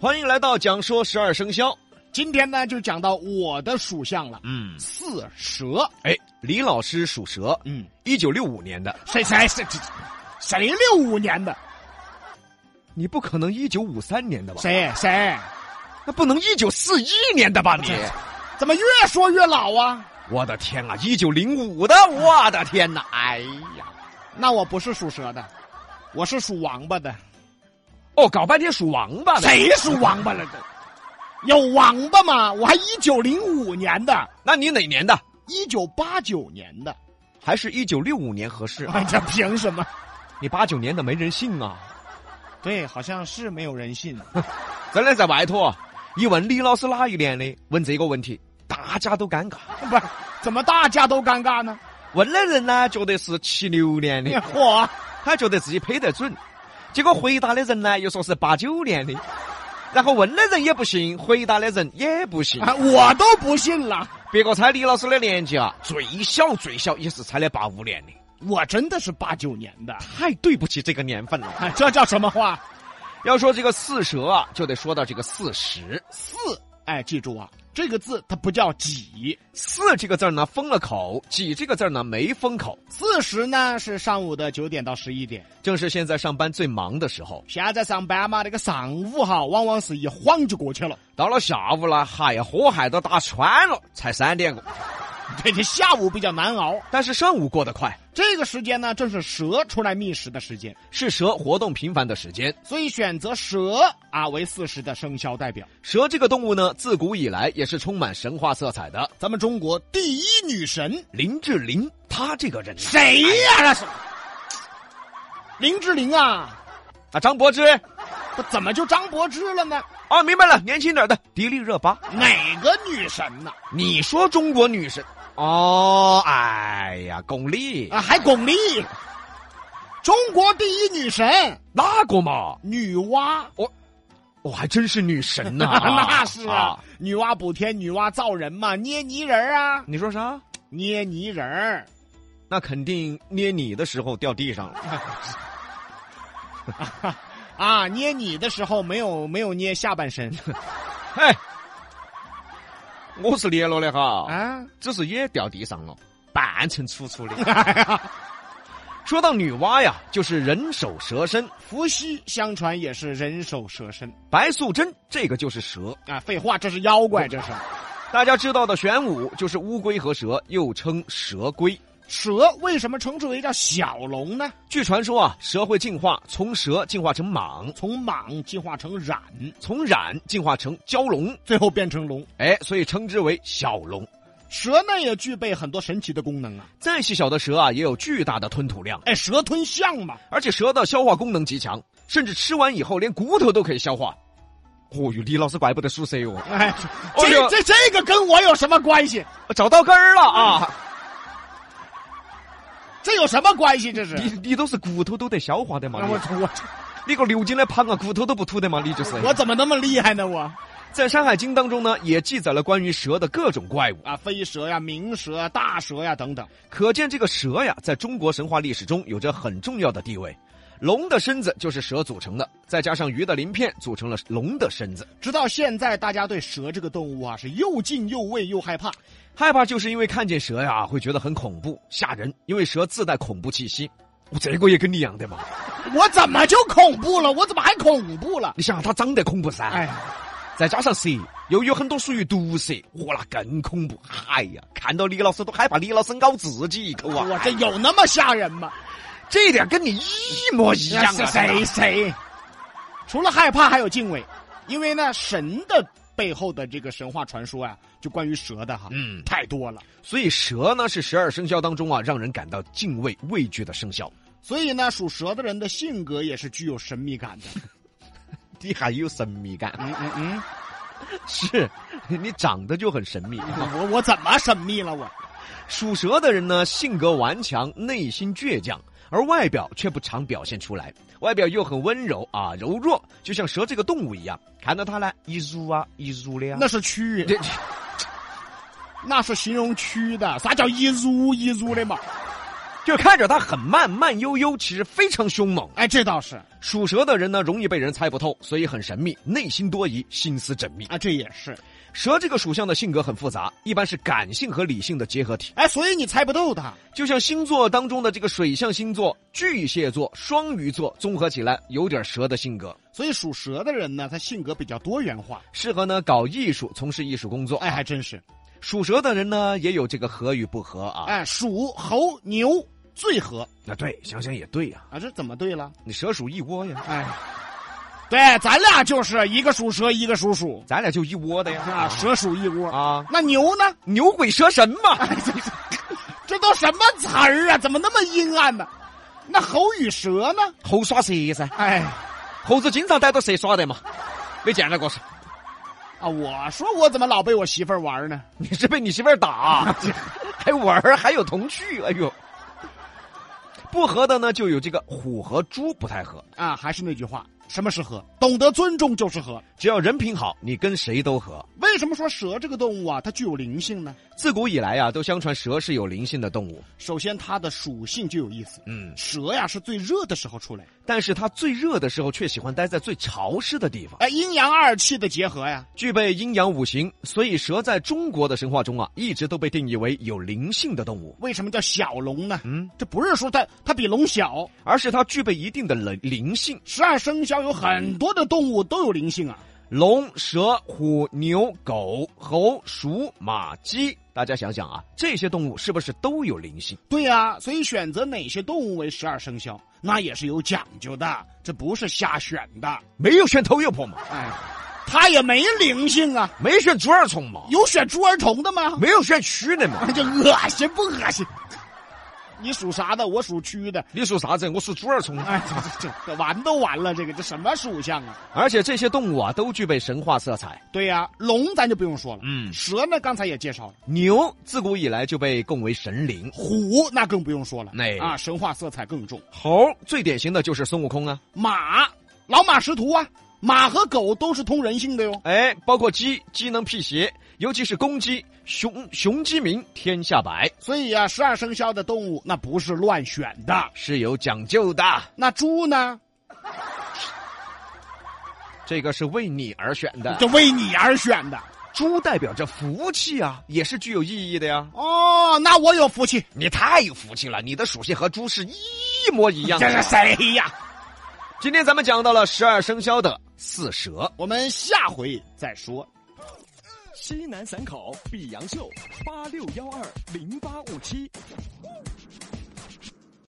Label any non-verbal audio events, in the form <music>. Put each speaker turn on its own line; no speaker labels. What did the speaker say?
欢迎来到讲说十二生肖。
今天呢，就讲到我的属相了，
嗯，
四蛇。
哎，李老师属蛇，
嗯，
一九六五年的，
谁谁谁谁六五年的？
你不可能一九五三年的吧？
谁谁？
那不能一九四一年的吧你？
怎么越说越老啊？
我的天啊，一九零五的，我的天哪！哎呀，
那我不是属蛇的，我是属王八的。
哦，搞半天属王八的，
谁属王八了都？有王八吗？我还一九零五年的，
<laughs> 那你哪年的？
一九八九年的，
还是一九六五年合适啊？
哎这凭什么？
你八九年的没人信啊！
对，好像是没有人信。
真的在外头啊，一问李老师哪一年的，问这个问题，大家都尴尬。
不是，怎么大家都尴尬呢？哎
问的人呢，觉得是七六年的，
嚯，
他觉得自己配得准。结果回答的人呢，又说是八九年的，然后问的人也不信，回答的人也不信。
啊我都不信了。
别个猜李老师的年纪啊，最小最小也是猜的八五年的，
我真的是八九年的，
太对不起这个年份了。
哎，这叫什么话？
要说这个四蛇啊，就得说到这个四十。
四，哎，记住啊，这个字它不叫几。
四这个字儿呢封了口，几这个字儿呢没封口，
四十呢是上午的九点到十一点，
正是现在上班最忙的时候。
现在上班嘛，那个上午哈，往往是一晃就过去了。
到了下午了，嗨呀，火海都打穿了，才三点过。
这这下午比较难熬，
但是上午过得快，
这个时间呢正是蛇出来觅食的时间，
是蛇活动频繁的时间。
所以选择蛇啊为四十的生肖代表。
蛇这个动物呢，自古以来也是充满神话色彩的。
咱们中国第一女神
林志玲，她这个人呢
谁呀、那是林志玲啊，
啊，张柏芝
不怎么就张柏芝了呢？
啊，明白了，年轻点的迪丽热巴。
哪个女神呐？
你说中国女神哦，哎呀，巩俐
啊，还巩俐，中国第一女神
那个嘛，
女娲，
我还真是女神呐、 <laughs>
<laughs> 那是啊，女娲补天，女娲造人嘛，捏泥人儿啊，
你说啥？
捏泥人儿，
那肯定捏你的时候掉地上了。
啊，捏你的时候没有没有捏下半身
哎，我是捏了的哈，
啊，
只是也掉地上了，半层粗粗的。 <laughs> 哎说到女娲呀，就是人首蛇身，
伏羲相传也是人首蛇身
白素贞这个就是蛇。
啊，废话，这是妖怪，这是 <laughs>
大家知道的玄武就是乌龟和蛇，又称蛇龟。
蛇为什么称之为叫小龙呢？
据传说啊，蛇会进化，从蛇进化成蟒，
从蟒进化成蚺，
从蚺进化成蛟龙，
最后变成龙。
哎，所以称之为小龙。
蛇呢也具备很多神奇的功能啊，
再细小的蛇啊，也有巨大的吞吐量，
哎，蛇吞象嘛。
而且蛇的消化功能极强，甚至吃完以后连骨头都可以消化。哦哟，李老师怪不得属蛇哦，
哎，
哎呦
这这这个跟我有什么关系？
找到根儿了啊！
这有什么关系？这是
你你都是骨头都得消化的嘛，
啊我
你
我
你个牛筋的胖啊，骨头都不吐的嘛，你就是。
我怎么那么厉害呢？我
在《山海经》当中呢，也记载了关于蛇的各种怪物。
啊，飞蛇呀、鸣蛇呀、大蛇呀等等。
可见这个蛇呀，在中国神话历史中有着很重要的地位。龙的身子就是蛇组成的，再加上鱼的鳞片，组成了龙的身子。
直到现在，大家对蛇这个动物啊是又敬又畏又害怕。
害怕就是因为看见蛇呀，会觉得很恐怖、吓人，因为蛇自带恐怖气息。我这个也跟你一样的嘛，
我怎么就恐怖了？我怎么还恐怖了？
你想它长得恐怖噻，
哎，
再加上蛇，又有很多属于毒蛇，哇，那更恐怖！哎呀，看到李老师都害怕李老师咬自己一口啊！
我这有那么吓人吗？
这一点跟你一模一样啊！
是
真的
谁谁？除了害怕，还有敬畏，因为呢，神的背后的这个神话传说啊，就关于蛇的哈，
嗯
太多了。
所以蛇呢是十二生肖当中啊，让人感到敬畏、畏惧的生肖。
所以呢，属蛇的人的性格也是具有神秘感的。
你还有神秘感，
嗯嗯嗯，
是你长得就很神秘。
我我怎么神秘了我？
属蛇的人呢，性格顽强，内心倔强，而外表却不常表现出来，外表又很温柔啊，柔弱，就像蛇这个动物一样。看到它呢，一蠕啊，一蠕的呀。
那是蛆，
这
那是形容蛆的。啥叫一蠕一蠕的嘛？
就看着它很慢慢悠悠，其实非常凶猛。
哎，这倒是
属蛇的人呢，容易被人猜不透，所以很神秘，内心多疑，心思缜密。
啊，这也是。
蛇这个属相的性格很复杂，一般是感性和理性的结合体，
哎，所以你猜不透他。
就像星座当中的这个水象星座巨蟹座、双鱼座，综合起来有点蛇的性格，
所以属蛇的人呢，他性格比较多元化。
适合呢搞艺术，从事艺术工作。
哎，还真是。
属蛇的人呢，也有这个合与不合啊。
哎，属猴牛最合
那对，想想也对呀、
啊，这怎么对了？
你蛇属一窝呀，
哎，对，咱俩就是一个属蛇，一个属鼠
咱俩就一窝的呀。
啊，蛇属一窝。
啊，
那牛呢？
牛鬼蛇神嘛。
这都什么词儿啊？怎么那么阴暗呢？那猴与蛇呢？
猴耍蛇噻，
哎，
猴子经常逮到蛇耍的嘛，没见到过是？
啊，我说我怎么老被我媳妇儿玩呢？
你是被你媳妇儿打，啊还玩儿，还有童趣，哎呦。不合的呢，就有这个虎和猪不太合。
啊，还是那句话，什么是和？懂得尊重就是和。
只要人品好，你跟谁都合。
为什么说蛇这个动物啊，它具有灵性呢？
自古以来啊，都相传蛇是有灵性的动物。
首先，它的属性就有意思。
嗯，
蛇呀是最热的时候出来，
但是它最热的时候却喜欢待在最潮湿的地方，
哎，阴阳二气的结合呀。
具备阴阳五行，所以蛇在中国的神话中啊，一直都被定义为有灵性的动物。
为什么叫小龙呢？
嗯，
这不是说它它比龙小，
而是它具备一定的灵灵性。
十二生肖有很多的动物都有灵性啊。
龙、蛇、虎、牛、狗、猴、鼠、马、鸡，大家想想啊，这些动物是不是都有灵性？
对呀、所以选择哪些动物为十二生肖，那也是有讲究的，这不是瞎选的。
没有选头油婆嘛，
哎，它也没灵性啊，
没选猪儿虫嘛，
有选猪儿童的吗？ <laughs>
没有选蛆的嘛。
那就恶心不恶心？你属啥的？我属蛆的。
你属啥子？我属猪啊儿虫。
哎，这这这完都完了，这个这什么属相啊？
而且这些动物啊，都具备神话色彩。
对呀、龙咱就不用说了，
嗯，
蛇呢刚才也介绍了，
牛自古以来就被供为神灵，
虎那更不用说了，
哎
啊，神话色彩更重。
猴最典型的就是孙悟空啊，
马，老马识途啊，马和狗都是通人性的哟。
哎，包括鸡，鸡能辟邪，尤其是公鸡，雄雄鸡鸣天下白，
所以啊，十二生肖的动物那不是乱选的。
是有讲究的。
那猪呢，
这个是为你而选的，
就为你而选的。
猪代表着福气啊，也是具有意义的呀。
哦，那我有福气。
你太有福气了，你的属性和猪是一模一样
这是
的。
谁呀？
今天咱们讲到了十二生肖的四蛇。
我们下回再说。
西南散考比杨秀，八六幺二零八五七。